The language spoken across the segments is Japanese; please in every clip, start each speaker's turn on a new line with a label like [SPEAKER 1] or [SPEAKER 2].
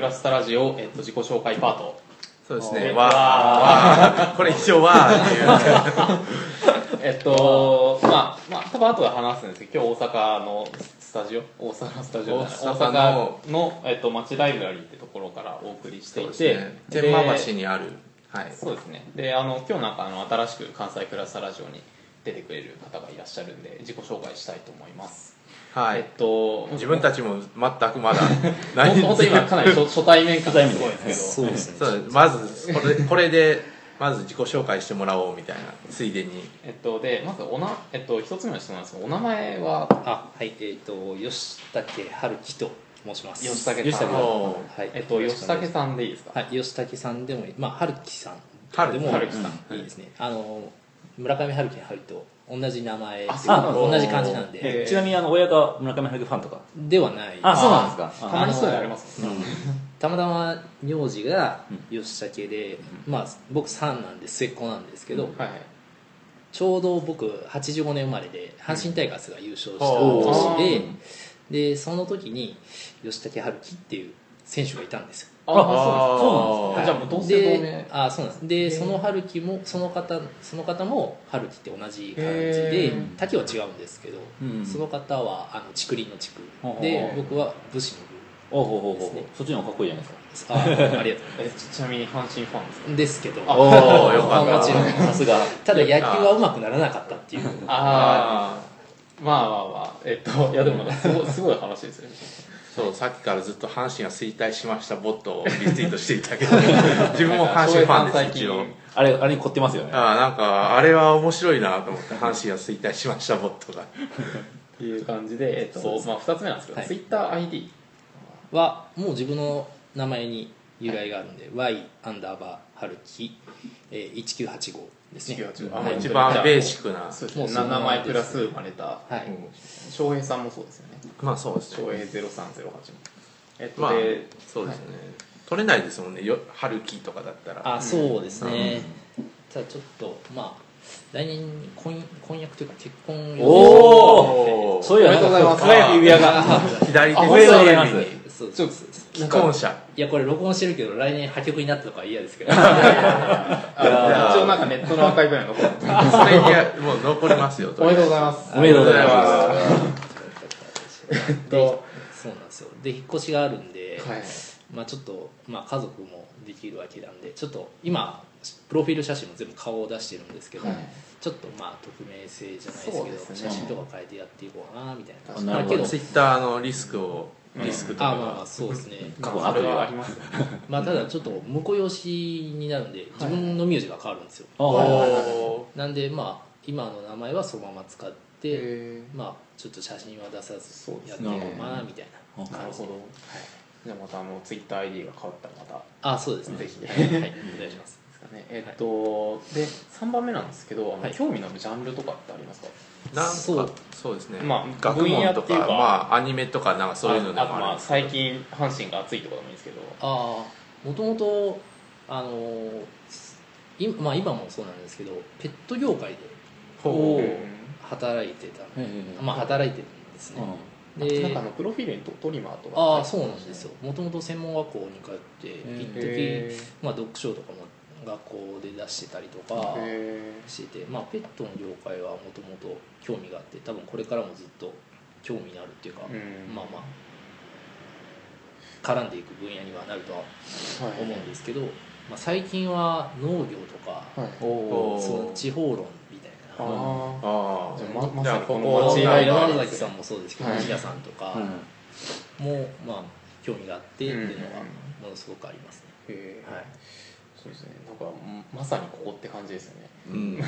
[SPEAKER 1] ガスタラジオ、えっと、自己紹介パート、
[SPEAKER 2] そうですね。
[SPEAKER 1] おー
[SPEAKER 2] わー、 わー。これ一応わーっていう。
[SPEAKER 1] えっと、まあ、まあ、多分後で話すんですけど、今日大阪のスタジオ、大阪のスタジオじゃない、
[SPEAKER 2] 大
[SPEAKER 1] 大
[SPEAKER 2] 阪
[SPEAKER 1] 阪
[SPEAKER 2] の
[SPEAKER 1] のえっと、町ライブラリーってところからお送りしてい
[SPEAKER 2] そうです
[SPEAKER 1] て
[SPEAKER 2] ね、。
[SPEAKER 1] で
[SPEAKER 2] 天満橋にある。はい。
[SPEAKER 1] そうですね。で、あの、今日なんかあの新しく関西クラスタラジオに出てくれる方がいらっしゃるんで、自己紹介したいと思います。
[SPEAKER 2] は
[SPEAKER 1] えっ
[SPEAKER 2] い。
[SPEAKER 1] と、
[SPEAKER 2] 自分たちも全く まだ
[SPEAKER 1] 本
[SPEAKER 2] 何
[SPEAKER 1] 当本当今かなり初初対面感がすごいんですけ
[SPEAKER 3] そ
[SPEAKER 1] ど
[SPEAKER 3] う、ですね
[SPEAKER 2] そうですまずこれこれでまず自己紹介してもらおうみたいなついでに
[SPEAKER 1] えっと、で、まずおな、えっと、一つ目の質問なんですけど、お名前は、
[SPEAKER 3] あはいえっ、と吉武春樹と申します
[SPEAKER 1] 吉武さん
[SPEAKER 2] おー
[SPEAKER 3] はい
[SPEAKER 1] えっと、吉武さんでいいですか
[SPEAKER 3] はい吉武さんでもいいまあ春樹さん
[SPEAKER 2] 春
[SPEAKER 3] で
[SPEAKER 2] 樹
[SPEAKER 3] も
[SPEAKER 1] 春樹さん
[SPEAKER 3] いいですね、あの村上春樹の春と同じ名前
[SPEAKER 1] あそうなん
[SPEAKER 2] だ
[SPEAKER 3] 同じ漢字なんで
[SPEAKER 1] へ
[SPEAKER 4] え
[SPEAKER 1] ー
[SPEAKER 4] ちなみにあの親が村上春樹ファンとか
[SPEAKER 3] ではない
[SPEAKER 4] あそうなんですか
[SPEAKER 1] たまにそういうのありますもんね
[SPEAKER 3] たまたま名字が吉武で、まあ僕三なんで末っ子なんですけど、
[SPEAKER 1] はい
[SPEAKER 3] ちょうど僕85年生まれで阪神タイガースが優勝した
[SPEAKER 2] お
[SPEAKER 3] 年で
[SPEAKER 1] ー,、
[SPEAKER 3] でその時に吉武春樹っていう選手がいたんですよ
[SPEAKER 1] あ
[SPEAKER 2] あ
[SPEAKER 1] そうなんですかじ
[SPEAKER 2] ー
[SPEAKER 1] ゃあもう同姓同名
[SPEAKER 3] であそうなんですでその春樹もその方その方も春樹って同じ感じ
[SPEAKER 1] へ
[SPEAKER 3] で
[SPEAKER 1] ー
[SPEAKER 3] 滝は違うんですけど、
[SPEAKER 4] うん
[SPEAKER 3] その方はあの竹林の竹
[SPEAKER 4] ほうほう
[SPEAKER 3] で僕は武士の武
[SPEAKER 4] おうほうほう
[SPEAKER 3] です
[SPEAKER 4] ほ
[SPEAKER 3] ね
[SPEAKER 4] うそっちの方がかっこいいじゃないですか
[SPEAKER 3] あーありがとうござい
[SPEAKER 1] えちちなみに阪神ファンですか
[SPEAKER 3] ますですけど
[SPEAKER 1] あ
[SPEAKER 2] おおよか
[SPEAKER 3] まあ
[SPEAKER 2] っ
[SPEAKER 3] も
[SPEAKER 2] た
[SPEAKER 3] ちろん
[SPEAKER 4] さすが
[SPEAKER 3] ただ野球はうまくならなかったっていう
[SPEAKER 1] あ
[SPEAKER 2] あ
[SPEAKER 1] あまあまあまあえっといやでもなんかす ごいすごい話ですよね
[SPEAKER 2] ーそうさっきからずっと阪神が衰退しましたボットをリツイートしていた けど自分も阪神ファンです一応
[SPEAKER 4] あれあれに凝ってますよね
[SPEAKER 2] あーなんかあれは面白いなと思って阪神が衰退しましたボットが
[SPEAKER 1] っていう感じでえっとまあ2つ目なんですけど
[SPEAKER 3] はい
[SPEAKER 1] ツイッター ID
[SPEAKER 3] はもう自分の名前に由来があるんで、Y アンダーバー春樹、えー、1985ですね
[SPEAKER 1] 1985
[SPEAKER 2] あ
[SPEAKER 1] は
[SPEAKER 2] の
[SPEAKER 1] い
[SPEAKER 2] 一番ベーシックな
[SPEAKER 1] そうです
[SPEAKER 3] も
[SPEAKER 1] ね
[SPEAKER 3] うその
[SPEAKER 1] 名
[SPEAKER 3] まま
[SPEAKER 1] 前
[SPEAKER 3] です
[SPEAKER 1] プラス生まれた
[SPEAKER 3] はい、
[SPEAKER 1] 翔平さんもそうですよね
[SPEAKER 2] まあそうですね
[SPEAKER 1] 翔平0308もえっと
[SPEAKER 2] まあ
[SPEAKER 1] で
[SPEAKER 2] そうですね取れないですもんねよ春樹とかだったら
[SPEAKER 3] あそうですね、ただちょっとまあ来年に婚婚約というか結婚を
[SPEAKER 4] お
[SPEAKER 2] おー
[SPEAKER 4] そういう
[SPEAKER 1] お
[SPEAKER 4] の
[SPEAKER 1] めでとうございます
[SPEAKER 4] 輝く指輪が
[SPEAKER 2] 左手
[SPEAKER 1] あ
[SPEAKER 4] おめでとうございま
[SPEAKER 2] に
[SPEAKER 4] す
[SPEAKER 3] そうです
[SPEAKER 1] ち
[SPEAKER 3] そ
[SPEAKER 1] ょ
[SPEAKER 3] う
[SPEAKER 1] っ
[SPEAKER 3] です
[SPEAKER 1] と
[SPEAKER 2] 既
[SPEAKER 1] なんか
[SPEAKER 2] 婚者
[SPEAKER 3] いやこれ録音してるけど来年破局になったとか嫌ですけど
[SPEAKER 1] あ一応なんかネットのアーカイブやのこ
[SPEAKER 2] それにもう残りますよ。
[SPEAKER 1] おめでとうございます
[SPEAKER 4] おめでとうござい
[SPEAKER 2] お
[SPEAKER 4] ま
[SPEAKER 3] でそうなんですよで引っ越しがあるんで、
[SPEAKER 1] はい
[SPEAKER 3] まあ、ちょっと、まあ、家族もできるわけなんでちょっと今プロフィール写真も全部顔を出してるんですけど、
[SPEAKER 1] はい
[SPEAKER 3] ちょっとまあ匿名性じゃないですけど
[SPEAKER 1] そうですね
[SPEAKER 3] 写真とか変えてやっていこうかなみたいな
[SPEAKER 4] あなるほ
[SPEAKER 3] け
[SPEAKER 4] ど
[SPEAKER 3] ど
[SPEAKER 2] ツイッターのリスクを、リスクと
[SPEAKER 3] あ
[SPEAKER 2] か
[SPEAKER 3] まあま
[SPEAKER 2] が
[SPEAKER 3] あ。そうですね
[SPEAKER 4] 過去
[SPEAKER 1] ま
[SPEAKER 4] の
[SPEAKER 1] あ
[SPEAKER 4] あ
[SPEAKER 1] それ
[SPEAKER 4] とで
[SPEAKER 1] はあ
[SPEAKER 4] は
[SPEAKER 1] りますよね
[SPEAKER 3] まあただちょっと婿養子になるんで自分の名字が変わるんですよ、
[SPEAKER 4] あー
[SPEAKER 2] お
[SPEAKER 3] なんでまあ今の名前はそのまま使って
[SPEAKER 1] へー
[SPEAKER 3] まあちょっと写真は出さず
[SPEAKER 1] そうで
[SPEAKER 3] やっ
[SPEAKER 1] す
[SPEAKER 3] てい
[SPEAKER 1] ね
[SPEAKER 3] こうかなみたいな
[SPEAKER 4] あ
[SPEAKER 1] なる
[SPEAKER 3] 感じ
[SPEAKER 1] ほど、はい、じゃあまたあのツイッター ID が変わったらまたで
[SPEAKER 3] あそうですね
[SPEAKER 1] ぜひ
[SPEAKER 3] はい、 はい、お願いします
[SPEAKER 1] すかねえっと、で3番目なんですけどあの、
[SPEAKER 3] はい
[SPEAKER 1] 興味のあるジャンルとかってありますか
[SPEAKER 2] なんか
[SPEAKER 3] そ
[SPEAKER 2] そううですね。
[SPEAKER 1] まあ
[SPEAKER 2] 学問と
[SPEAKER 1] 分野って
[SPEAKER 2] か、
[SPEAKER 1] いう
[SPEAKER 2] ま
[SPEAKER 1] か
[SPEAKER 2] あアニメとかなんかそういうので
[SPEAKER 1] ああとま
[SPEAKER 2] もあ
[SPEAKER 1] あ
[SPEAKER 2] る。
[SPEAKER 1] 最近阪神が熱いとかでもいいんですけど
[SPEAKER 3] ああもともとあのー今まあ、今もそうなんですけどペット業界で
[SPEAKER 2] ほう
[SPEAKER 3] 働いてた
[SPEAKER 4] へー
[SPEAKER 3] まあ働いてるんです
[SPEAKER 4] う
[SPEAKER 3] ね
[SPEAKER 4] ん
[SPEAKER 1] でなん
[SPEAKER 3] で
[SPEAKER 1] かあのプロフィールにトトリマーとか
[SPEAKER 3] ああそうなんですよもともと専門学校に通って一時、
[SPEAKER 1] へー
[SPEAKER 3] まあ、読書とかも学校で出してたりとか
[SPEAKER 1] へ
[SPEAKER 3] してて、まあ、ペットの業界はもともと興味があって多分これからもずっと興味のあるっていうか、
[SPEAKER 1] うん
[SPEAKER 3] まあまあ絡んでいく分野にはなるとは
[SPEAKER 1] ーはい
[SPEAKER 3] 思うんですけど、まあ、最近は農業とか、
[SPEAKER 1] はい
[SPEAKER 2] おー
[SPEAKER 3] その地方論みたい
[SPEAKER 1] あ
[SPEAKER 3] な
[SPEAKER 1] ー
[SPEAKER 2] あ
[SPEAKER 1] じゃ
[SPEAKER 2] あ。
[SPEAKER 1] あまま
[SPEAKER 2] じゃ
[SPEAKER 1] さ
[SPEAKER 2] あ
[SPEAKER 1] に
[SPEAKER 2] こ
[SPEAKER 1] こ
[SPEAKER 2] こ
[SPEAKER 1] の間違いない
[SPEAKER 3] 山崎さんもそうですけど
[SPEAKER 1] はい
[SPEAKER 3] 西田さんとか
[SPEAKER 4] うん
[SPEAKER 3] も、まあ興味があってっていうのが
[SPEAKER 1] うん
[SPEAKER 3] ものすごくありますね、
[SPEAKER 1] へー
[SPEAKER 3] はい
[SPEAKER 1] そうですねなんかうんまさにここって感じですよね
[SPEAKER 2] うん。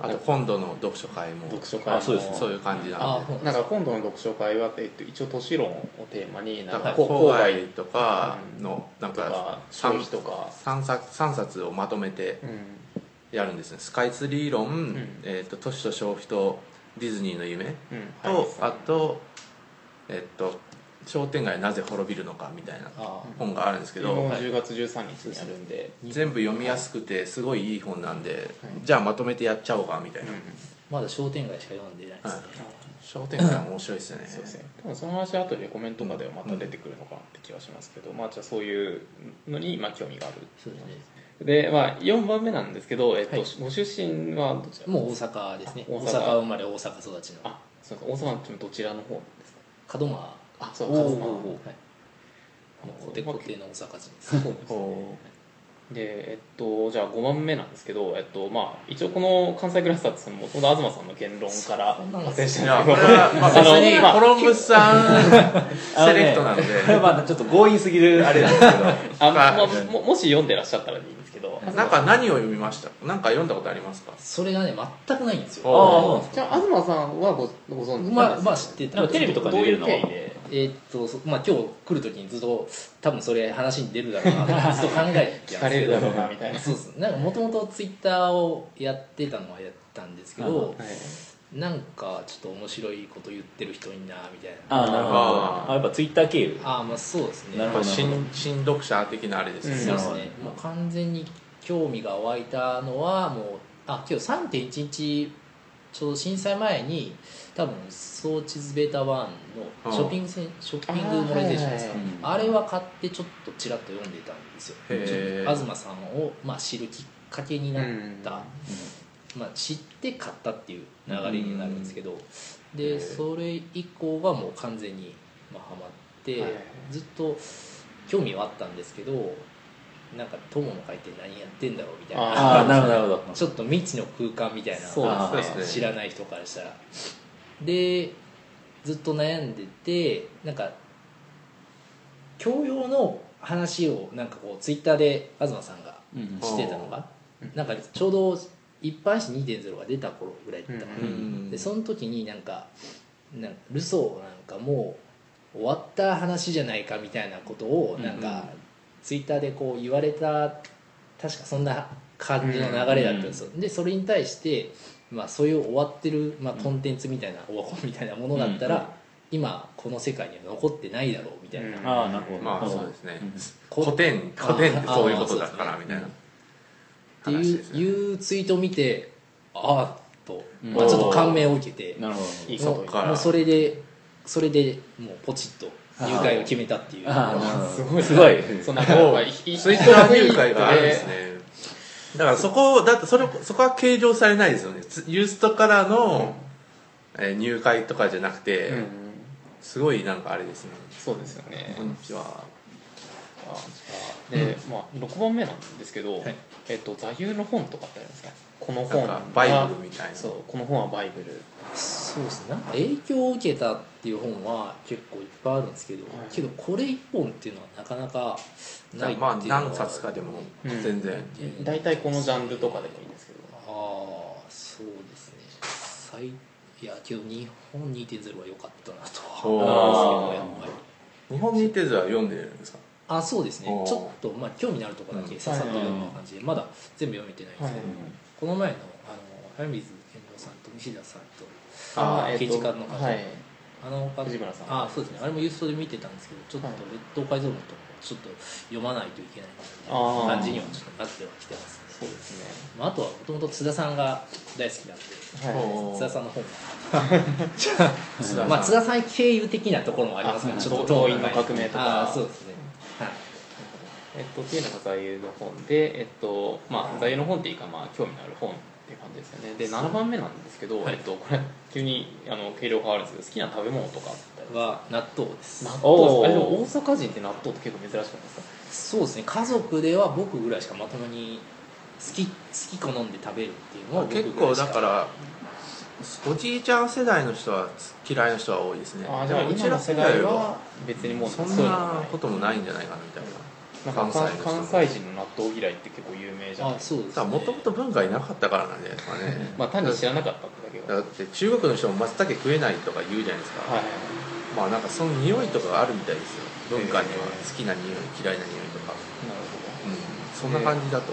[SPEAKER 2] あと今度の読書会も、
[SPEAKER 1] 読書会も
[SPEAKER 4] あそうですね
[SPEAKER 2] そういう感じな
[SPEAKER 3] あ
[SPEAKER 2] んで。
[SPEAKER 3] そう
[SPEAKER 1] なんか今度の読書会は、えっと、一応都市論をテーマにな
[SPEAKER 2] なんん
[SPEAKER 1] か
[SPEAKER 2] か
[SPEAKER 1] こう郊
[SPEAKER 2] 郊
[SPEAKER 1] 外
[SPEAKER 2] 外とかのなん
[SPEAKER 1] とか
[SPEAKER 2] か
[SPEAKER 1] 消
[SPEAKER 2] 三
[SPEAKER 1] 費とか、
[SPEAKER 2] 三冊三冊をまとめて
[SPEAKER 1] うん
[SPEAKER 2] やるんですね。スカイツリー論、
[SPEAKER 1] ん
[SPEAKER 2] えっと都市と消費とディズニーの夢。
[SPEAKER 1] うん、
[SPEAKER 2] と、あとえっと商店街なぜ滅びるのかみたいな
[SPEAKER 3] あ
[SPEAKER 2] 本があるんですけ
[SPEAKER 1] 今
[SPEAKER 2] ど、
[SPEAKER 1] も10月13日にあるんで、
[SPEAKER 2] 全部読みやすくてすごいいい本なんで、じゃあまとめてやっちゃおうかみたいな、
[SPEAKER 3] まだ商店街しか読んでないですね、
[SPEAKER 2] 商店街面白いですよね
[SPEAKER 1] そうですね多分その話は後でコメントとかではまた出てくるのかなって気はしますけど、まあじゃあそういうのにまあ興味があ
[SPEAKER 3] そうですね
[SPEAKER 1] るで、まあ、4番目なんですけど、えっと
[SPEAKER 3] はい
[SPEAKER 1] ご出身はどちら
[SPEAKER 3] もう大阪ですね
[SPEAKER 1] あ大
[SPEAKER 3] 大
[SPEAKER 1] 阪
[SPEAKER 3] 阪生まれ大阪育ちの
[SPEAKER 1] あそうか大阪のどちらの方ですか
[SPEAKER 3] 門真
[SPEAKER 1] あそう
[SPEAKER 3] おー
[SPEAKER 1] かそうか
[SPEAKER 3] はいコテコテの大阪人です
[SPEAKER 1] そうです
[SPEAKER 2] お
[SPEAKER 1] ねでえっと、じゃあ5番目なんですけど、えっとまあ、一応この関西クラスターってもともと東さんの言論から
[SPEAKER 3] そうなん
[SPEAKER 1] 派
[SPEAKER 3] で
[SPEAKER 1] 生
[SPEAKER 3] す
[SPEAKER 1] し
[SPEAKER 2] い
[SPEAKER 1] て
[SPEAKER 2] や
[SPEAKER 1] るん
[SPEAKER 2] こ
[SPEAKER 1] で
[SPEAKER 2] れ
[SPEAKER 1] すけど
[SPEAKER 2] は、まあ、別
[SPEAKER 1] あの
[SPEAKER 2] に
[SPEAKER 1] まあ
[SPEAKER 2] コロンブスさんセレクトなので
[SPEAKER 4] これはまあちょっと強引すぎる
[SPEAKER 2] あれなんですけど
[SPEAKER 1] あ
[SPEAKER 2] まあ
[SPEAKER 1] まあももし読んでらっしゃったらいいんですけど
[SPEAKER 2] なんか何を読みましたなんか読んだことありますか
[SPEAKER 3] それがね全くないんですよ
[SPEAKER 4] ああそうなんです
[SPEAKER 1] じゃあ東さんはごご存知
[SPEAKER 3] まあまあ知って
[SPEAKER 4] で
[SPEAKER 3] た
[SPEAKER 4] もテレビとか
[SPEAKER 1] どう
[SPEAKER 4] で
[SPEAKER 1] い
[SPEAKER 4] 出
[SPEAKER 1] う
[SPEAKER 4] るの
[SPEAKER 1] 経緯で
[SPEAKER 3] えーっとそまあ、今日来る時にずっと多分それ話に出るだろうなってずっと考えて
[SPEAKER 1] 聞
[SPEAKER 3] た
[SPEAKER 1] か
[SPEAKER 3] んで
[SPEAKER 1] れる
[SPEAKER 3] すけど
[SPEAKER 1] だろうなみたいな
[SPEAKER 3] そうですなんかもともとツイッターをやってたのはやったんですけどなんかちょっと面白いこと言ってる人いんなみたいな
[SPEAKER 4] ああなるほど
[SPEAKER 2] ああ
[SPEAKER 4] あやっぱツイッター経由
[SPEAKER 3] ああまあそうですね
[SPEAKER 4] なるほど
[SPEAKER 2] 新新読者的なあれですよ
[SPEAKER 1] うん
[SPEAKER 3] そうで
[SPEAKER 4] なる
[SPEAKER 3] す
[SPEAKER 4] ほど
[SPEAKER 3] ねもう完全に興味が湧いたのはもうあ今日3.1日ちょうど震災前に多分ソーチズベータ1のショッピングセン、ショッピングモライゼーションですか
[SPEAKER 1] あ
[SPEAKER 3] あれは買ってちょっとちらっと読んでたんですよ
[SPEAKER 2] へー
[SPEAKER 3] 東さんを、まあ、知るきっかけになった、まあ、知って買ったっていう流れになるんですけど、
[SPEAKER 2] へー
[SPEAKER 3] でそれ以降はもう完全に、まあ、ハマって、
[SPEAKER 1] はい
[SPEAKER 3] ずっと興味はあったんですけどなんか友の会って何やってんだろうみたいな
[SPEAKER 4] ああなるほどなるほど
[SPEAKER 3] ちょっと未知の空間みたいな
[SPEAKER 1] そう
[SPEAKER 4] ですね
[SPEAKER 3] あー知らない人からしたらでずっと悩んでてなんか教養の話をなんかこうツイッターで東さんが
[SPEAKER 4] うん
[SPEAKER 3] してたのがなんかちょうど一般紙2.0が出た頃ぐらいだったか
[SPEAKER 1] う
[SPEAKER 3] な、
[SPEAKER 2] ん
[SPEAKER 3] でその時になんかなんかルソーなんかもう終わった話じゃないかみたいなことをなん
[SPEAKER 2] うん
[SPEAKER 3] かツイッターでこう言われた確かそんな感じの流れだったんですよ、でそれに対して、まあ、そういう終わってる、まあ、コンテンツみたいな、オワコンみたいなものだったら、
[SPEAKER 4] うん
[SPEAKER 3] 今この世界には残ってないだろうみたいな、
[SPEAKER 1] うん
[SPEAKER 4] ああなるほど
[SPEAKER 2] まあそうですね
[SPEAKER 4] うん
[SPEAKER 2] 古典古典ってそういうことだからみたいな
[SPEAKER 3] って
[SPEAKER 2] 話
[SPEAKER 3] い
[SPEAKER 2] で
[SPEAKER 3] う
[SPEAKER 2] すね
[SPEAKER 3] いうツイートを見てああと、
[SPEAKER 4] うん
[SPEAKER 3] まあ、ちょっと感銘を受けて
[SPEAKER 4] なるほど
[SPEAKER 1] いいこ
[SPEAKER 3] も
[SPEAKER 1] と
[SPEAKER 3] う
[SPEAKER 1] 言
[SPEAKER 2] から
[SPEAKER 3] もうそれでそれでもうポチッと入会を決めたっていう
[SPEAKER 4] ああなるほど
[SPEAKER 1] すごい
[SPEAKER 4] すごい
[SPEAKER 1] そんなやっぱり
[SPEAKER 2] ツイッター入会があるんですねだからそこだってそれそこは計上されないですよねつユーストからの、えー入会とかじゃなくて、
[SPEAKER 1] うん
[SPEAKER 2] すごいなんかあれですね
[SPEAKER 1] そうですよね
[SPEAKER 2] こんにちは
[SPEAKER 1] で、まあ、6番目なんですけど、
[SPEAKER 3] はい
[SPEAKER 1] えっと、座右の本とかってありますかこの
[SPEAKER 2] なん
[SPEAKER 1] 本
[SPEAKER 2] か
[SPEAKER 1] は
[SPEAKER 2] バイブルみたいな
[SPEAKER 1] そうこの本はバイブル
[SPEAKER 3] そうですねなんか影響を受けたっていう本は結構いっぱいあるんですけど、
[SPEAKER 1] はい
[SPEAKER 3] けどこれ一本っていうのはなかなか
[SPEAKER 2] じゃ
[SPEAKER 3] ない
[SPEAKER 2] あ
[SPEAKER 3] っていうの
[SPEAKER 2] ま
[SPEAKER 3] は
[SPEAKER 2] あ何冊かでも
[SPEAKER 1] うん
[SPEAKER 2] 全然、
[SPEAKER 3] うん
[SPEAKER 1] 大体このジャンルとかでもいいんですけど
[SPEAKER 3] ああそうですね最いやけど日本2.0は良かったなとは思うんですけどやっぱり
[SPEAKER 2] 日本にテズは読んでるんですか
[SPEAKER 3] あそうですね
[SPEAKER 2] おー
[SPEAKER 3] ちょっとまあ興味のあるところだけささっと読んだ感じでまだ全部読めてないんですけど、
[SPEAKER 1] はい
[SPEAKER 3] この前のあの早水健郎さんと西田さんと
[SPEAKER 2] あ
[SPEAKER 3] ー
[SPEAKER 1] えっと
[SPEAKER 3] 刑事課の方
[SPEAKER 1] はい
[SPEAKER 3] あの方
[SPEAKER 1] 藤村さん
[SPEAKER 3] あそうですねあれも郵送で見てたんですけどちょっと
[SPEAKER 1] はい
[SPEAKER 3] 列島改造のとこちょっと読まないといけない
[SPEAKER 1] あー
[SPEAKER 3] な感じにはちょっとなってはきてますね
[SPEAKER 1] そうです
[SPEAKER 3] まあ、あとはもともと津田さんが大好きなんで
[SPEAKER 1] ねはい
[SPEAKER 2] おー
[SPEAKER 3] 津田さんの本
[SPEAKER 2] 津田さ
[SPEAKER 3] が、
[SPEAKER 2] ん
[SPEAKER 3] まあ、津田さん経由的なところもありますか
[SPEAKER 1] あ
[SPEAKER 3] らちょっと
[SPEAKER 1] 動員の革命とか
[SPEAKER 3] あーそうですねはい
[SPEAKER 1] えっと、っていうのが座右の本で、えっとまあ、座右の本っていうか、まあ、興味のある本っていう感じですよねで7番目なんですけど、
[SPEAKER 3] はい
[SPEAKER 1] えっと、これ急にあの軽量変わるんですけど好きな食べ物とかってあります
[SPEAKER 3] は納豆です
[SPEAKER 1] 納豆
[SPEAKER 4] おー
[SPEAKER 1] ですかあれでも大阪人って納豆って結構珍しくないですか
[SPEAKER 3] そうですね家族では僕ぐらいしかまともに好き好き好んで食べるっていうのは僕
[SPEAKER 2] 結
[SPEAKER 3] ぐら
[SPEAKER 2] 構
[SPEAKER 3] いし
[SPEAKER 2] だからおじいちゃん世代の人は嫌いな人は多いですね
[SPEAKER 1] あーじゃあ
[SPEAKER 2] でもう
[SPEAKER 1] 今
[SPEAKER 2] ちら
[SPEAKER 1] の
[SPEAKER 2] 世
[SPEAKER 1] 世
[SPEAKER 2] 代
[SPEAKER 1] 代
[SPEAKER 2] は
[SPEAKER 1] は別にもう
[SPEAKER 2] そ
[SPEAKER 1] そうい
[SPEAKER 2] ん
[SPEAKER 1] うのが
[SPEAKER 2] なこともないんじゃないかなみたいな
[SPEAKER 1] なんか関
[SPEAKER 2] 関西の人
[SPEAKER 1] 関西人の納豆嫌いって結構有名じゃない
[SPEAKER 3] あ
[SPEAKER 1] ですか
[SPEAKER 3] そうで
[SPEAKER 2] だ
[SPEAKER 3] す、ね、
[SPEAKER 2] からもともと文化になかったからなんじゃないですかね
[SPEAKER 1] まあ単に知らなかったってだけ
[SPEAKER 2] だ
[SPEAKER 1] は
[SPEAKER 2] って中国の人も松茸食えないとか言うじゃないですか、
[SPEAKER 1] はい
[SPEAKER 2] まあなんかその匂いとかがあるみたいですよ文化には
[SPEAKER 1] へー
[SPEAKER 2] 好きな匂い嫌いな匂いとか、
[SPEAKER 1] なるほ
[SPEAKER 2] うん、そんな感じだ
[SPEAKER 1] ど
[SPEAKER 2] と、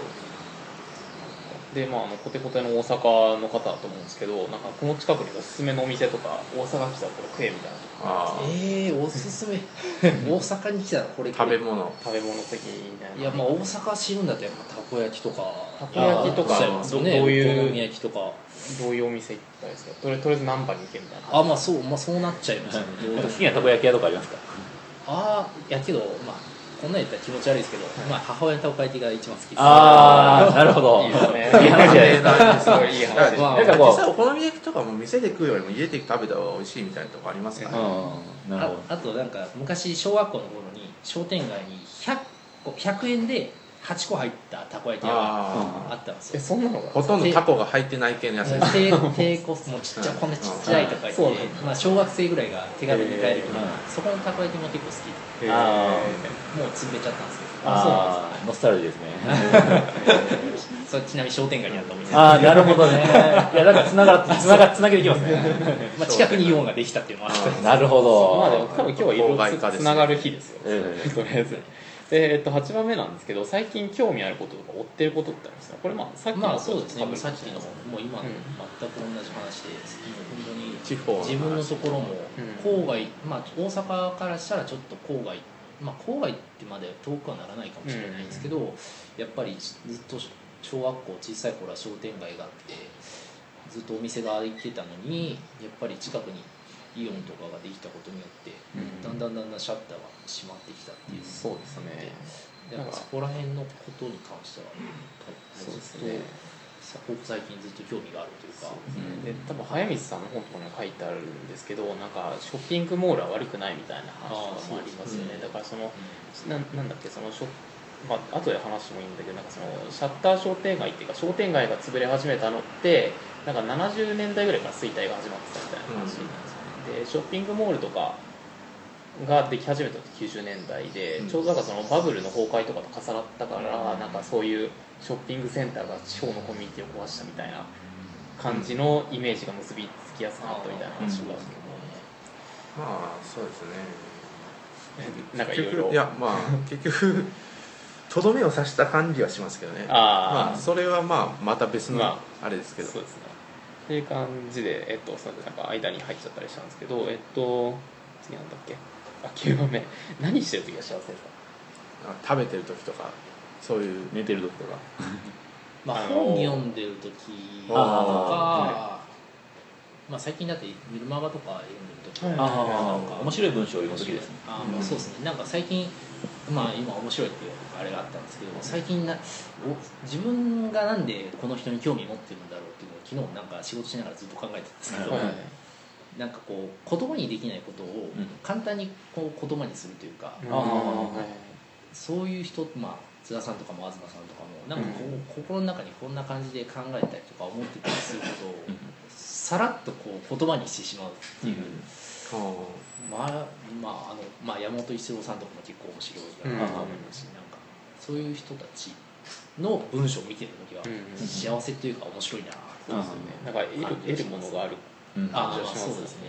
[SPEAKER 1] でまああのコテコテの大阪の方だと思うんですけどなんかこの近くにおすすめのお店とか大阪来たらこれ食えみたいな
[SPEAKER 2] あー
[SPEAKER 3] ええおすすめ大阪に来たらこれ
[SPEAKER 2] 食べ物
[SPEAKER 1] 食べ物的みたいない
[SPEAKER 3] やまあ大阪知るんだったらやっぱたこ焼きとかた
[SPEAKER 1] こ焼きとか
[SPEAKER 3] そうね
[SPEAKER 1] どういう
[SPEAKER 3] お好み焼きとか
[SPEAKER 1] どういうお店行ったんですかとりとりあえず難波に行けみたいな
[SPEAKER 3] あまあそうまあそうなっちゃいますよね
[SPEAKER 4] やっぱ好きなたこ焼き屋とかありますか
[SPEAKER 3] ああいやけどまあこんなん言ったら気持ち悪いですけど、まあ母親のたこ焼きが一番好きです
[SPEAKER 4] ああなるほ
[SPEAKER 1] い
[SPEAKER 4] ど
[SPEAKER 1] いですね
[SPEAKER 4] いい話じゃないですか
[SPEAKER 1] すごいいい話です
[SPEAKER 3] まあ
[SPEAKER 1] ね
[SPEAKER 4] な
[SPEAKER 2] 実
[SPEAKER 4] んかこ
[SPEAKER 2] 際お好み焼きとかも店で食うよりも家で食べた方が美味しいみたいなとこありますから、
[SPEAKER 4] う、うん、なるほ
[SPEAKER 3] ああとなんか昔小学校の頃に商店街に100個100円で8個入ったたこ焼き屋が
[SPEAKER 2] あ
[SPEAKER 3] あったんです
[SPEAKER 1] え
[SPEAKER 3] よ
[SPEAKER 1] そんなのが
[SPEAKER 2] あほとんどタコが入ってない系のやつです
[SPEAKER 3] 低低コスもうちっちゃい
[SPEAKER 2] うん
[SPEAKER 3] こんなちっちゃいとか言って、
[SPEAKER 1] うんそうなんだ
[SPEAKER 3] まあ、小学生ぐらいが手軽に買えるけど、
[SPEAKER 4] へ
[SPEAKER 3] そこのたこ焼きも結構好きで
[SPEAKER 1] へー
[SPEAKER 4] あ
[SPEAKER 3] もう潰れちゃったんですけ
[SPEAKER 4] ど
[SPEAKER 3] ど
[SPEAKER 4] ああノスタルジーですね
[SPEAKER 3] それちなみに商店街にあったお店、
[SPEAKER 4] ああなるほどね いやなんかつながってつながつなげてきますね
[SPEAKER 3] まあ、近くにイオンができたっていうのもあって
[SPEAKER 4] なるほど
[SPEAKER 1] まあでも多分今日はいろいろつつながる日ですよ、
[SPEAKER 4] ええ
[SPEAKER 1] とりあえずで、えっと、8番目なんですけど最近興味あることとか追ってることってありますかこれまあさっきの
[SPEAKER 3] まあ
[SPEAKER 1] と
[SPEAKER 3] そうですね
[SPEAKER 1] 多分
[SPEAKER 3] さっきのもう
[SPEAKER 1] う
[SPEAKER 3] 今の
[SPEAKER 1] ん
[SPEAKER 3] 全く同じ話で、本当に
[SPEAKER 2] 地方の話
[SPEAKER 3] 自分のところも
[SPEAKER 1] うん
[SPEAKER 3] 郊外、まあ、大阪からしたらちょっと郊外、まあ、郊外ってまで遠くはならないかもしれないんですけど、やっぱりずっと小学校小さい頃は商店街があってずっとお店が行ってたのにやっぱり近くにイオンとかができたことによって、
[SPEAKER 1] うん
[SPEAKER 3] だんだんだんだんシャッターが閉まってきたっていう
[SPEAKER 1] そうですね
[SPEAKER 3] やっぱそこら辺のことに関しては、
[SPEAKER 1] そうです
[SPEAKER 3] ずっ
[SPEAKER 1] ね
[SPEAKER 3] とさここ最近ずっと興味があるというか
[SPEAKER 1] そうですねで多分早水さんの本とかにも書いてあるんですけどなんかショッピングモールは悪くないみたいな話とかもありますよね
[SPEAKER 3] あーそうですね
[SPEAKER 1] だからそのななんだっけそのショまあ後で話してもいいんだけどなんかそのシャッター商店街っていうか商店街が潰れ始めたのってなんか70年代ぐらいから衰退が始まってたみたいな話なんですよね、でショッピングモールとかができ始めたのって90年代で、
[SPEAKER 3] うん
[SPEAKER 1] ちょうどなんかそのバブルの崩壊とかと重なったから、
[SPEAKER 3] うん
[SPEAKER 1] なんかそういうショッピングセンターが地方のコミュニティを壊したみたいな感じのイメージが結びつきやすくなったみたいな話があるんです
[SPEAKER 2] まあそうですね
[SPEAKER 1] けど、なんかいろい
[SPEAKER 2] 結
[SPEAKER 1] ろ
[SPEAKER 2] 局いやまあ結局とどめを刺した感じはしますけどねま
[SPEAKER 1] あ
[SPEAKER 2] あ
[SPEAKER 1] あ
[SPEAKER 2] それはまあまた別の
[SPEAKER 1] ま
[SPEAKER 2] あれですけど、
[SPEAKER 1] そうですねっていう感じで、えっと、すみませんなんか間に入っちゃったりしたんですけどえっと次なんだっけあ9番目 何してる時が幸せですか
[SPEAKER 2] あ食べてる時とかそういう
[SPEAKER 4] 寝てる時とか
[SPEAKER 3] まあ、
[SPEAKER 1] あのー
[SPEAKER 3] 本読んでる時とか、
[SPEAKER 4] あ
[SPEAKER 3] まあ、最近だってメルマガとか読んでる時とか、
[SPEAKER 1] はい
[SPEAKER 4] あ
[SPEAKER 3] なんか
[SPEAKER 4] あ面白い文章を読む時ですね
[SPEAKER 3] あーまあそうですねなんか最近まあ今面白いっていうあれがあったんですけど最近なお自分がなんでこの人に興味持ってるんだろうっていうのを昨日なんか仕事しながらずっと考えてたんですけど、
[SPEAKER 4] はい
[SPEAKER 3] なんかこう言葉にできないことを
[SPEAKER 4] うん
[SPEAKER 3] 簡単にこう言葉にするというか、
[SPEAKER 1] うん
[SPEAKER 4] ああ
[SPEAKER 1] はい
[SPEAKER 3] そういう人、まあ、津田さんとかも東さんとかもなんかこう、
[SPEAKER 1] うん
[SPEAKER 3] 心の中にこんな感じで考えたりとか思ってたりすることをさらっとこう言葉にしてしまうっていう、まあまああのまあ、山本一郎さんとかも結構面白いなと思いますし、なんかそういう人たちの文章を見てる時は
[SPEAKER 1] うんうん
[SPEAKER 3] 幸せというか面白いなって
[SPEAKER 1] そうですよねなんか得る得るものがある
[SPEAKER 4] うん
[SPEAKER 3] あ
[SPEAKER 1] 感じ
[SPEAKER 3] ー
[SPEAKER 1] は
[SPEAKER 3] ま
[SPEAKER 1] し
[SPEAKER 3] あ
[SPEAKER 1] ます
[SPEAKER 3] そ
[SPEAKER 1] ね
[SPEAKER 3] うですね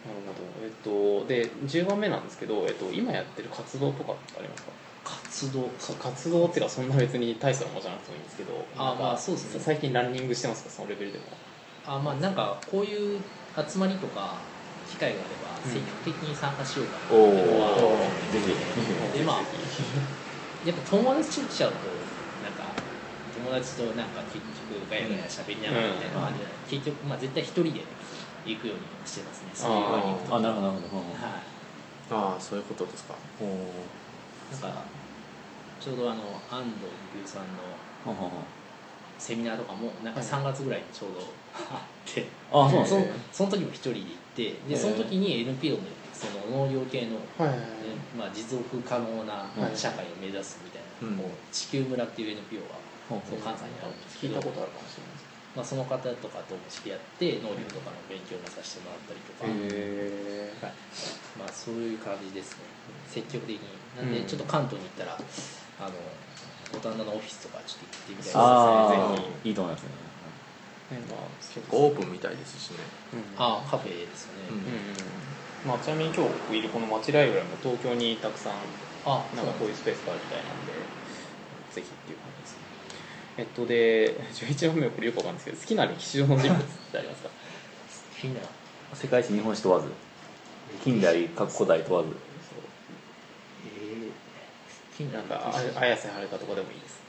[SPEAKER 1] なるほどえっとで10番目なんですけど、えっと、今やってる活動とかってありますか
[SPEAKER 3] 活動
[SPEAKER 1] か活動っていうかそんな別に大したものじゃなくてもいいんですけど
[SPEAKER 3] あー
[SPEAKER 1] なんか
[SPEAKER 3] まあそうですね
[SPEAKER 1] 最近ランニングしてますかそのレベルでも
[SPEAKER 3] あまあなんかこういう集まりとか機会があれば積極的に参加しようかなっていうのは、
[SPEAKER 4] おーぜ
[SPEAKER 3] でまあやっぱ友達と来ちゃうとなんか友達となんか結局ガヤガヤ喋りながらみたいな感じで、結局まあ絶対一人で行くようにしてますねそういう場に行くと
[SPEAKER 4] あなるほどなるほど
[SPEAKER 3] は
[SPEAKER 2] ああそういうことですかおー
[SPEAKER 3] いなんかちょうどあの安藤育さんの
[SPEAKER 4] ほうほうほ
[SPEAKER 3] セミナーとかもなんか3月ぐらいにちょうどあって、
[SPEAKER 4] うあそうなんです
[SPEAKER 3] そ
[SPEAKER 4] ね
[SPEAKER 3] のその時も一人で行ってでその時に NPO のその農業系の
[SPEAKER 1] はいはい
[SPEAKER 3] ねまあ、持続可能な
[SPEAKER 1] はい
[SPEAKER 3] 社会を目指すみたいな、
[SPEAKER 2] うん
[SPEAKER 3] こう地球村っていう NPO が
[SPEAKER 4] ほう
[SPEAKER 3] そ
[SPEAKER 4] ほ
[SPEAKER 3] の
[SPEAKER 4] う
[SPEAKER 3] 関西にあるんですけ
[SPEAKER 1] 聞い
[SPEAKER 3] ど、
[SPEAKER 1] たことあるかもしれないです
[SPEAKER 3] まあ、その方とかとも知り合って農業とかの勉強もさせてもらったりとか、
[SPEAKER 1] へ
[SPEAKER 3] はいまあ、そういう感じですね積極的にな
[SPEAKER 1] うんん
[SPEAKER 3] でちょっと関東に行ったらあの五反田のオフィスとかちょっと行ってみたいですね
[SPEAKER 4] あ
[SPEAKER 1] そうですね
[SPEAKER 4] あいいと思いますね
[SPEAKER 1] え、まあ、結
[SPEAKER 2] オープンみたいですしね
[SPEAKER 1] あ
[SPEAKER 3] あーカフェですよ
[SPEAKER 2] う
[SPEAKER 3] ね、
[SPEAKER 2] ん
[SPEAKER 1] まあ、ちなみに今日僕いるこの町ライブラリも東京にたくさん
[SPEAKER 3] あ
[SPEAKER 1] なんかこういううスペースがあるみたいなんでぜひっていう感じですねえっとで11番目はこれよくわかんないですけど好きな歴史上の人物ってあり ますか
[SPEAKER 3] 好きな
[SPEAKER 4] 世界史日本史問わず近代過去古代問わず
[SPEAKER 3] えー、好き
[SPEAKER 1] な
[SPEAKER 3] な
[SPEAKER 1] か
[SPEAKER 3] ん
[SPEAKER 1] あ綾瀬はるかとかでもいいです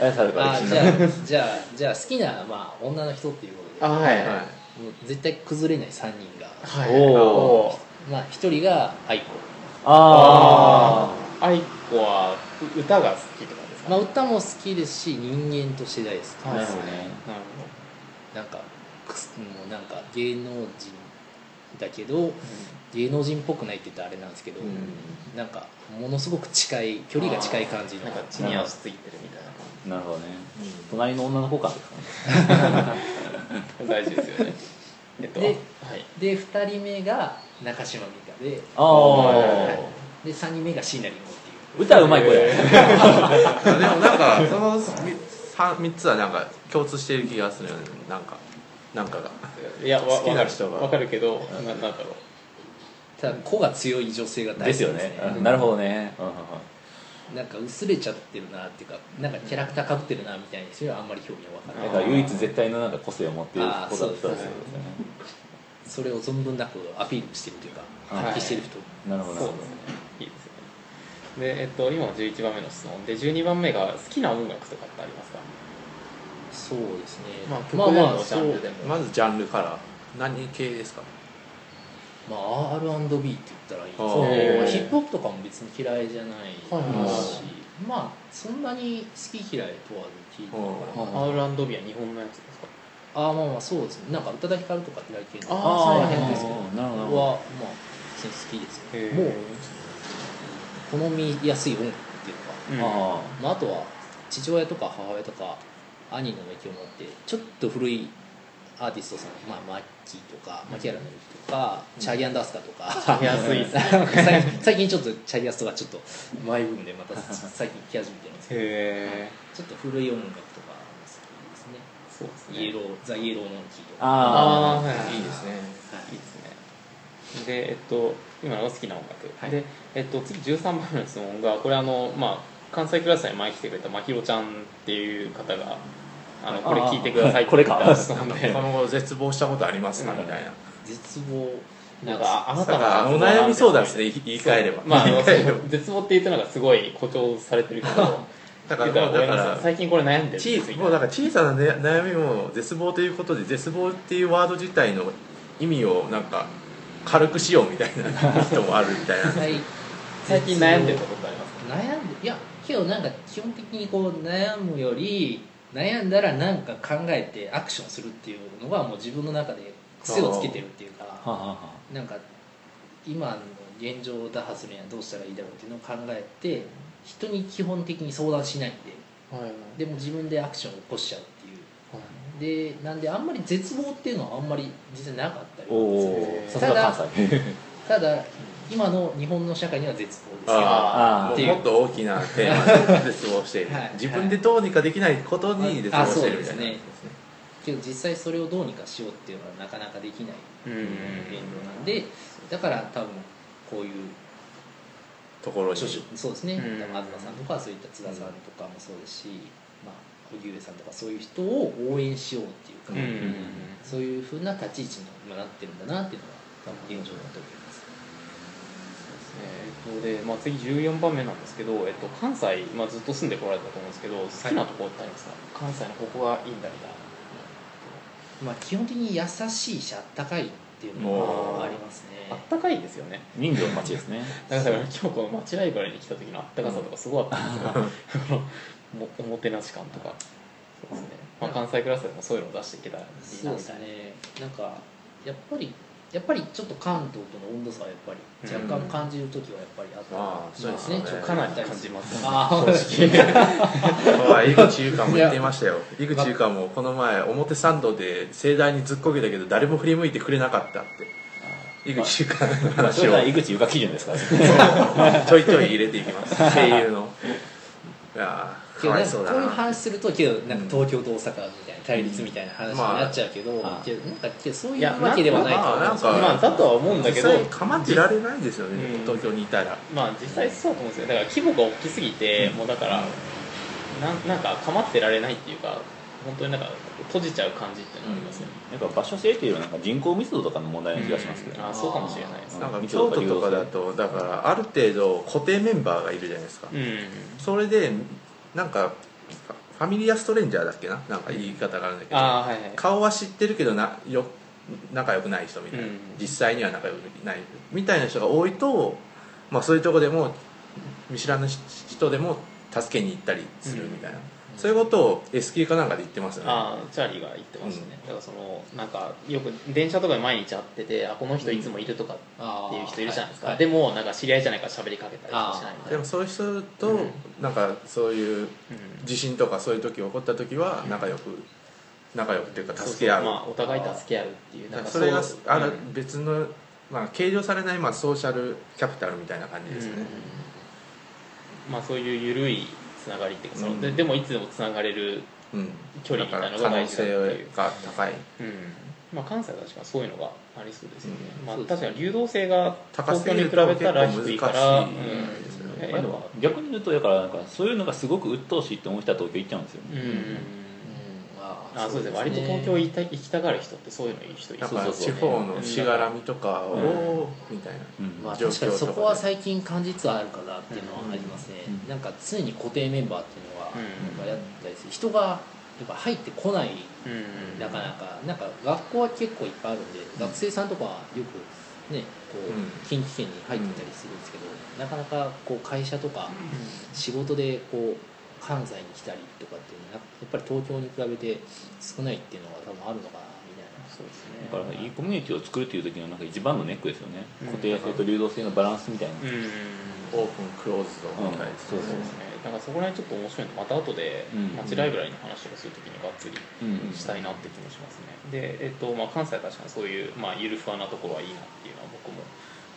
[SPEAKER 4] あやされた
[SPEAKER 3] あ
[SPEAKER 4] 歴史
[SPEAKER 3] じゃあじゃあじゃあ好きな、まあ、女の人っていうことで
[SPEAKER 1] あはいはい、
[SPEAKER 2] は
[SPEAKER 3] もう絶対崩れない3人が、
[SPEAKER 1] はい、
[SPEAKER 4] お
[SPEAKER 1] ー
[SPEAKER 3] まあ、1人が愛子、
[SPEAKER 4] ああ
[SPEAKER 1] あいこはう歌が好きとかですか、
[SPEAKER 3] まあ、歌も好きですし人間として大好きです
[SPEAKER 1] はい
[SPEAKER 4] なるほどね
[SPEAKER 1] なる
[SPEAKER 3] なんかくすもうなんか芸能人だけど芸能人っぽくないって言ったらあれなんですけど、
[SPEAKER 2] うん
[SPEAKER 3] なんかものすごく近い距離が近い感じの
[SPEAKER 1] ほどなんか地に足ついてるみたいな
[SPEAKER 4] なるほどね隣の女の子か
[SPEAKER 1] 大事ですよね えっと
[SPEAKER 3] で
[SPEAKER 1] はい
[SPEAKER 3] で2人目が中島美嘉で
[SPEAKER 4] ああ
[SPEAKER 3] で3人目が椎名林檎っていう
[SPEAKER 4] 歌うまい子や
[SPEAKER 2] うんでもなんかその 3, 三つはなんか共通している気がするよねなんかなんかが
[SPEAKER 1] いやわ
[SPEAKER 2] 好きな人が
[SPEAKER 1] わかるけどななんだろう
[SPEAKER 3] ただ子が強い女性が大好き
[SPEAKER 4] ですよね うんなるほどねうんうんうん
[SPEAKER 3] なんか薄れちゃってるなっていうかなんかキャラクターかぶってるなみたいにそれはあんまり表現わかんない
[SPEAKER 4] だから唯一絶対のなんか個性を持っている子だったんですよね
[SPEAKER 3] それを存分なくアピールしてるというか
[SPEAKER 4] はい
[SPEAKER 3] 発揮してる人、
[SPEAKER 4] なるほどな
[SPEAKER 1] そ
[SPEAKER 4] る
[SPEAKER 1] うですねいいですよねでえっと今の11番目の質問で12番目が好きな音楽とかってありますか
[SPEAKER 3] そうですね
[SPEAKER 1] まあ曲でもジ
[SPEAKER 3] そ
[SPEAKER 1] ャ
[SPEAKER 3] う
[SPEAKER 1] ンルでも
[SPEAKER 2] まずジャンルから何系ですか
[SPEAKER 3] まあ、R&B って言ったらいい
[SPEAKER 2] あ
[SPEAKER 1] ー
[SPEAKER 3] ですけどヒップホップとかも別に嫌いじゃないし、
[SPEAKER 1] はい
[SPEAKER 2] は
[SPEAKER 3] まあそんなに好き嫌い問わず聞いてるから、
[SPEAKER 4] ほど
[SPEAKER 1] R&B は日本のやつですか
[SPEAKER 3] ああまあまあそうですねなんか宇多田ヒカルとか平井堅と
[SPEAKER 1] あーそう
[SPEAKER 3] かその
[SPEAKER 1] なんだ
[SPEAKER 3] 辺ですけどは
[SPEAKER 4] なるほどなるほど
[SPEAKER 3] まあ普通に好きです
[SPEAKER 1] へ
[SPEAKER 3] ね
[SPEAKER 1] ー
[SPEAKER 3] もう好みやすい音楽っていうのか、
[SPEAKER 1] うん
[SPEAKER 4] あ
[SPEAKER 3] まあ、あとは父親とか母親とか兄の影響を持ってちょっと古いアーティストさん、まあ、マッキーとかマキアラメルとか、チャーリーアンダースカとか
[SPEAKER 1] 食べやすいですね
[SPEAKER 3] 最近最近ちょっとチャリアスとかちょっとマイブームでまた最近来始めてるんですけ
[SPEAKER 1] へえ
[SPEAKER 3] どちょっと古い音楽とか好きですね
[SPEAKER 1] そうですね
[SPEAKER 3] イエローザ・イエローモンキーと
[SPEAKER 4] あ
[SPEAKER 3] かは
[SPEAKER 1] ああ
[SPEAKER 4] ああ
[SPEAKER 1] はい
[SPEAKER 2] いいですね
[SPEAKER 1] いい
[SPEAKER 3] い
[SPEAKER 1] ですねでえっと今のが好きな音楽、で、えっと、次13番目の質問がこれあの、まあ、関西クラスに前来てくれたまひろちゃんっていう方があのこれ
[SPEAKER 4] あー
[SPEAKER 1] 聞いてくださいって
[SPEAKER 4] これか
[SPEAKER 1] 言った質問で
[SPEAKER 2] その後絶望したことありますかみたいな
[SPEAKER 3] 絶望
[SPEAKER 1] なんかあな
[SPEAKER 2] だか
[SPEAKER 1] た
[SPEAKER 2] ら
[SPEAKER 1] が
[SPEAKER 2] お悩み相談ですね言い換えれば
[SPEAKER 1] ま ああ
[SPEAKER 2] 言
[SPEAKER 1] の
[SPEAKER 2] い換えれば
[SPEAKER 1] 絶望って言ってなんかすごい誇張されてるけど
[SPEAKER 2] だか
[SPEAKER 1] 言
[SPEAKER 2] ら
[SPEAKER 1] ったらご
[SPEAKER 2] もう
[SPEAKER 1] め
[SPEAKER 2] だ
[SPEAKER 1] ん
[SPEAKER 2] か
[SPEAKER 1] なさい
[SPEAKER 2] ら
[SPEAKER 1] 最近これ悩んでるんです
[SPEAKER 2] ち
[SPEAKER 1] みたいな
[SPEAKER 2] もうだから小さなね悩みも絶望ということで絶望っていうワード自体の意味をなんか軽くしようみたいな人もあるみたいな
[SPEAKER 3] 最
[SPEAKER 1] 最近悩んでることってありますか
[SPEAKER 3] 悩んでいやけどなんか基本的にこう悩むより悩んだらなんか考えてアクションするっていうのがもう自分の中で癖をつけてるっていうか
[SPEAKER 4] はあはあ
[SPEAKER 3] なんか今の現状を打破するにはどうしたらいいだろうっていうのを考えて人に基本的に相談しないん
[SPEAKER 1] はいはい
[SPEAKER 3] ででも自分でアクションを起こしちゃうっていうでなんであんまり絶望っていうのはあんまり実際なかったり
[SPEAKER 4] おおさすが関西
[SPEAKER 3] ただ今の日本の社会には絶望ですよ
[SPEAKER 2] あ
[SPEAKER 4] あー
[SPEAKER 2] あもうもっと大きなテーマで絶望している
[SPEAKER 3] はい
[SPEAKER 2] 自分でどうにかできないことに絶望しているみたいな
[SPEAKER 3] あそうですねけど実際それをどうにかしようっていうのはなかなかできない
[SPEAKER 1] うんうん
[SPEAKER 3] 現状なんでだから多分こういう
[SPEAKER 2] ところに
[SPEAKER 3] 著書そうですね、
[SPEAKER 1] うん
[SPEAKER 3] 多分東さんとかそういった津田さんとかもそうですし、まあ、荻上さんとかそういう人を応援しようっていうか、
[SPEAKER 1] うんうんうん
[SPEAKER 3] そういうふうな立ち位置に今なってるんだなっていうのが多分現状だと思います、
[SPEAKER 1] えっとで、まあ、次14番目なんですけど、えっと、関西、まあ、ずっと住んでこられたと思うんですけど好きなところってありますか、関西のここがいいんだみたいな
[SPEAKER 3] まあ、基本的に優しいしあったかいっていうのがあります
[SPEAKER 1] あっ
[SPEAKER 3] ね
[SPEAKER 1] たかいですよね
[SPEAKER 4] 人情の街ですね
[SPEAKER 1] だから今日この町ライブラリに来た時のあったかさとかすごかったんです よ、このおもてなし感とかそうですね、まあ、関西クラスでもそういうのを出していけたらいいなみた
[SPEAKER 3] そうです
[SPEAKER 1] いな
[SPEAKER 3] ねなんかやっぱりやっぱりちょっと関東との温度差はやっぱり若干感じる時はやっぱりあった
[SPEAKER 2] ああそうですね
[SPEAKER 3] まあちょっと
[SPEAKER 1] かなり感じます
[SPEAKER 3] あー
[SPEAKER 1] 正直
[SPEAKER 2] ああ井口優香も言っていましたよ井口優香もこの前表参道で盛大にずっこけたけど誰も振り向いてくれなかったって井口優香の
[SPEAKER 4] まあ
[SPEAKER 2] 話
[SPEAKER 4] それ
[SPEAKER 2] を
[SPEAKER 4] が井口ゆか基準ですからね
[SPEAKER 2] ちょいちょい入れていきます声優のいやー
[SPEAKER 3] け
[SPEAKER 2] かわ
[SPEAKER 3] どね
[SPEAKER 2] い
[SPEAKER 3] こ
[SPEAKER 2] そううだ
[SPEAKER 3] いう
[SPEAKER 2] な
[SPEAKER 3] 話するとけどなんか東京と大阪みたいな対立みたいな話になっちゃうけど、
[SPEAKER 4] んまあ
[SPEAKER 3] けどなんかけどそう
[SPEAKER 1] い
[SPEAKER 3] いう
[SPEAKER 1] や
[SPEAKER 3] わけではないと思う
[SPEAKER 2] まあなんか
[SPEAKER 1] まあだとは思うんだ
[SPEAKER 2] 実
[SPEAKER 1] けど
[SPEAKER 2] 際構ってられないですよね
[SPEAKER 1] うん
[SPEAKER 2] 東京にいたら
[SPEAKER 1] まあ実際そうと思うんですよだから規模が大きすぎて、もうだからなんなんか構ってられないっていうか本当になんか閉じちゃう感じっていうのがありますよね、
[SPEAKER 5] なんか場所制っていうよりはなんか人口密度とかの問題な気がしますけど、
[SPEAKER 1] あそうかもしれないです
[SPEAKER 2] なんか京都とかだとだからある程度固定メンバーがいるじゃないですか、
[SPEAKER 1] うん、
[SPEAKER 2] それでなんかファミリアストレンジャーだっけななんか言い方があるんだけど、
[SPEAKER 1] ああはいはい
[SPEAKER 2] 顔は知ってるけどなよ仲良くない人みたいな、
[SPEAKER 1] うん
[SPEAKER 2] 実際には仲良くないみたいな人が多いと、まあ、そういうとこでも見知らぬ人でも助けに行ったりするみたいな、そういうことを S 級かなんかで言ってますよね
[SPEAKER 1] ああチャーリーが言ってましたね、だからそのなんかよく電車とかで毎日会っててあこの人いつもいるとかっていう人いるじゃないですか、で
[SPEAKER 3] も
[SPEAKER 1] もなんか知り合いじゃないから喋りかけたりしないみたい
[SPEAKER 2] で
[SPEAKER 1] な
[SPEAKER 2] もそういう人と、
[SPEAKER 1] うん
[SPEAKER 2] なんかそういう
[SPEAKER 1] うん
[SPEAKER 2] 地震とかそういう時起こった時は仲良く仲良くっていうか助け合う
[SPEAKER 1] そうそうまあ、お互い助け合うっていう
[SPEAKER 2] だ
[SPEAKER 1] な
[SPEAKER 2] か
[SPEAKER 1] ん
[SPEAKER 2] ら
[SPEAKER 1] か
[SPEAKER 2] それが
[SPEAKER 1] そう
[SPEAKER 2] あら
[SPEAKER 1] うん
[SPEAKER 2] 別の、まあ、計上されない、まあ、ソーシャルキャピタルみたいな感じですよね、
[SPEAKER 1] まあ、そういう緩いつながりっていうかその、
[SPEAKER 2] うん
[SPEAKER 1] ででもいつでもつながれる、
[SPEAKER 2] うん
[SPEAKER 1] 距離み
[SPEAKER 2] だ
[SPEAKER 1] た
[SPEAKER 2] か
[SPEAKER 1] いな
[SPEAKER 2] ら
[SPEAKER 1] のが
[SPEAKER 2] 可能
[SPEAKER 1] 大事だっていう
[SPEAKER 2] 性が高い
[SPEAKER 1] うんまあ、関西は確かにそういうのがありそうですよね、
[SPEAKER 3] うん
[SPEAKER 1] まあ
[SPEAKER 3] そう、です
[SPEAKER 1] 確かに流動性が
[SPEAKER 2] 高
[SPEAKER 1] 東
[SPEAKER 2] す
[SPEAKER 1] 京
[SPEAKER 2] ぎ
[SPEAKER 1] に
[SPEAKER 2] る
[SPEAKER 1] 比
[SPEAKER 2] と
[SPEAKER 1] べ
[SPEAKER 2] 結
[SPEAKER 1] た
[SPEAKER 2] 構
[SPEAKER 1] ら
[SPEAKER 2] 難
[SPEAKER 1] 低
[SPEAKER 2] しい
[SPEAKER 1] いから、うん
[SPEAKER 2] ですよね、
[SPEAKER 1] え
[SPEAKER 5] まあでも逆に言うとだからなんかそういうのがすごく鬱陶しいって思う人は東京行っちゃうんですよ
[SPEAKER 1] うん
[SPEAKER 5] ね、
[SPEAKER 1] あそうですね割と東京行った行きたがる人ってそういうのいい人い
[SPEAKER 2] だ
[SPEAKER 1] そ
[SPEAKER 2] か
[SPEAKER 1] う
[SPEAKER 2] ら
[SPEAKER 1] そうそ
[SPEAKER 2] 地
[SPEAKER 1] う
[SPEAKER 2] 方のしがらみとかを、みたいな
[SPEAKER 5] うん
[SPEAKER 3] まあ、
[SPEAKER 2] 状況
[SPEAKER 3] 確かにそ
[SPEAKER 2] と
[SPEAKER 3] こ
[SPEAKER 2] か
[SPEAKER 3] は
[SPEAKER 2] で
[SPEAKER 3] 最近感じつつあるかなっていうのはありますね、
[SPEAKER 5] うん
[SPEAKER 3] なんか常に固定メンバーっていうのは
[SPEAKER 1] うん
[SPEAKER 3] なんかやったりする人がやっぱ入ってこない
[SPEAKER 1] うん
[SPEAKER 3] なかなかなんか学校は結構いっぱいあるんで、学生さんとかはよくねこう、
[SPEAKER 2] うん
[SPEAKER 3] 近畿圏に入ってたりするんですけど、なかなかこう会社とか仕事でこう関西に来たりとかっていうのはやっぱり東京に比べて少ないっていうのが多分あるのかなみたいな
[SPEAKER 1] そうです
[SPEAKER 5] だ
[SPEAKER 1] ね
[SPEAKER 5] からいいコミュニティを作るっていう時のなんか一番のネックですよね、
[SPEAKER 1] うん
[SPEAKER 5] 固定性と流動性のバランスみたいな、
[SPEAKER 1] うん
[SPEAKER 2] オープンクローズドみたいですね、
[SPEAKER 5] うん
[SPEAKER 1] そうですねだからそこら辺ちょっと面白いのまた後で
[SPEAKER 5] うん
[SPEAKER 1] 街ライブラリの話をするときにがっつり
[SPEAKER 5] うん
[SPEAKER 1] したいなって気もしますね、で、えっとまあ、関西は確かにそういう、まあ、ゆるふわなところはいいなっていうのは僕も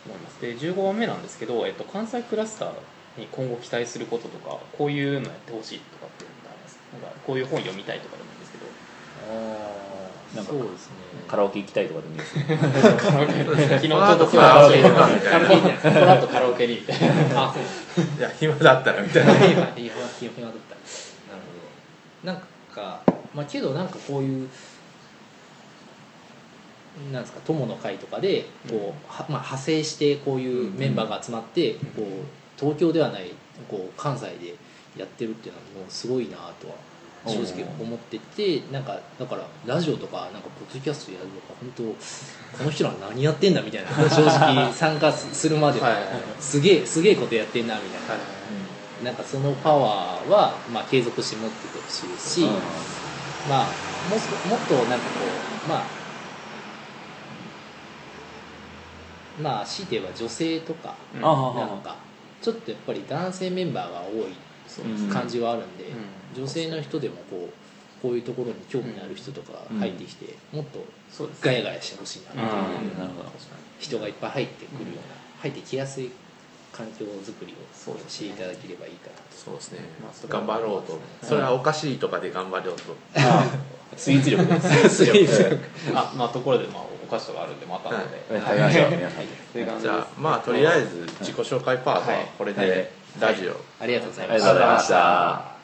[SPEAKER 1] 思いますで15番目なんですけど、えっと、関西クラスターに今後期待することとかこういうのやってほしいとかっていうのってありますなんかこういう本読みたいとかでもいいんですけど
[SPEAKER 5] なんか
[SPEAKER 3] そうですね
[SPEAKER 5] カ ラオケ行きたいとかでもいいですね
[SPEAKER 1] カラオケ昨日ちょっと
[SPEAKER 2] カラオケ
[SPEAKER 1] カ
[SPEAKER 2] と
[SPEAKER 1] ラ
[SPEAKER 2] か
[SPEAKER 1] オケ
[SPEAKER 2] みた
[SPEAKER 1] 行
[SPEAKER 2] いな
[SPEAKER 1] ったんですこの後カラオケにみたいな
[SPEAKER 3] あそう
[SPEAKER 2] いや暇だったらみたいな
[SPEAKER 3] 今今今今だったなるほどなんかまあけどなんかこういうなんですか友の会とかでこう、はまあ、派生してこういうメンバーが集まって、こう東京ではないこう関西でやってるっていうのはもうすごいなとは正直思っててなんかだからラジオとかなんかポッドキャストやるとか本当この人ら何やってんだみたいな正直参加するまでは、
[SPEAKER 1] はいはいはい
[SPEAKER 3] すげえすげえことやってんなみたいな。なんかそのパワーは、まあ、継続して持っててほしいし、まあ、もうすもっとなんかこう、まあ、まあ、強いて言えば女性とか、
[SPEAKER 1] うん
[SPEAKER 5] ああ
[SPEAKER 3] なんか、ちょっとやっぱり男性メンバーが
[SPEAKER 1] そう
[SPEAKER 3] 多い感じはあるんで、
[SPEAKER 1] うん
[SPEAKER 3] 女性の人でもこう、こういうところに興味のある人とかが入ってきて、もっと
[SPEAKER 1] そうです
[SPEAKER 3] ガヤガヤしてほしいな、
[SPEAKER 1] うん
[SPEAKER 5] なるほど
[SPEAKER 3] 人がいっぱい入ってくるような、入ってきやすい環境づくり
[SPEAKER 1] そう
[SPEAKER 3] を
[SPEAKER 1] ですね
[SPEAKER 3] していただければいいかなと。
[SPEAKER 2] そうですね
[SPEAKER 1] まあそれは
[SPEAKER 2] 頑張ろうとそれはおかしいとかで頑張ろうと
[SPEAKER 5] スイーツ力です
[SPEAKER 3] スイーツ
[SPEAKER 1] あまあところで、まあ、お菓子とかあるんでまた後
[SPEAKER 5] は
[SPEAKER 1] で、
[SPEAKER 5] いはいはいはい
[SPEAKER 1] という感じです
[SPEAKER 2] じゃあまあとりあえず自己紹介パートはこれ
[SPEAKER 5] はい
[SPEAKER 2] でラジオ
[SPEAKER 3] ありがとうござい
[SPEAKER 5] あ
[SPEAKER 3] ま
[SPEAKER 5] り
[SPEAKER 3] し
[SPEAKER 5] がと
[SPEAKER 3] た
[SPEAKER 5] うございました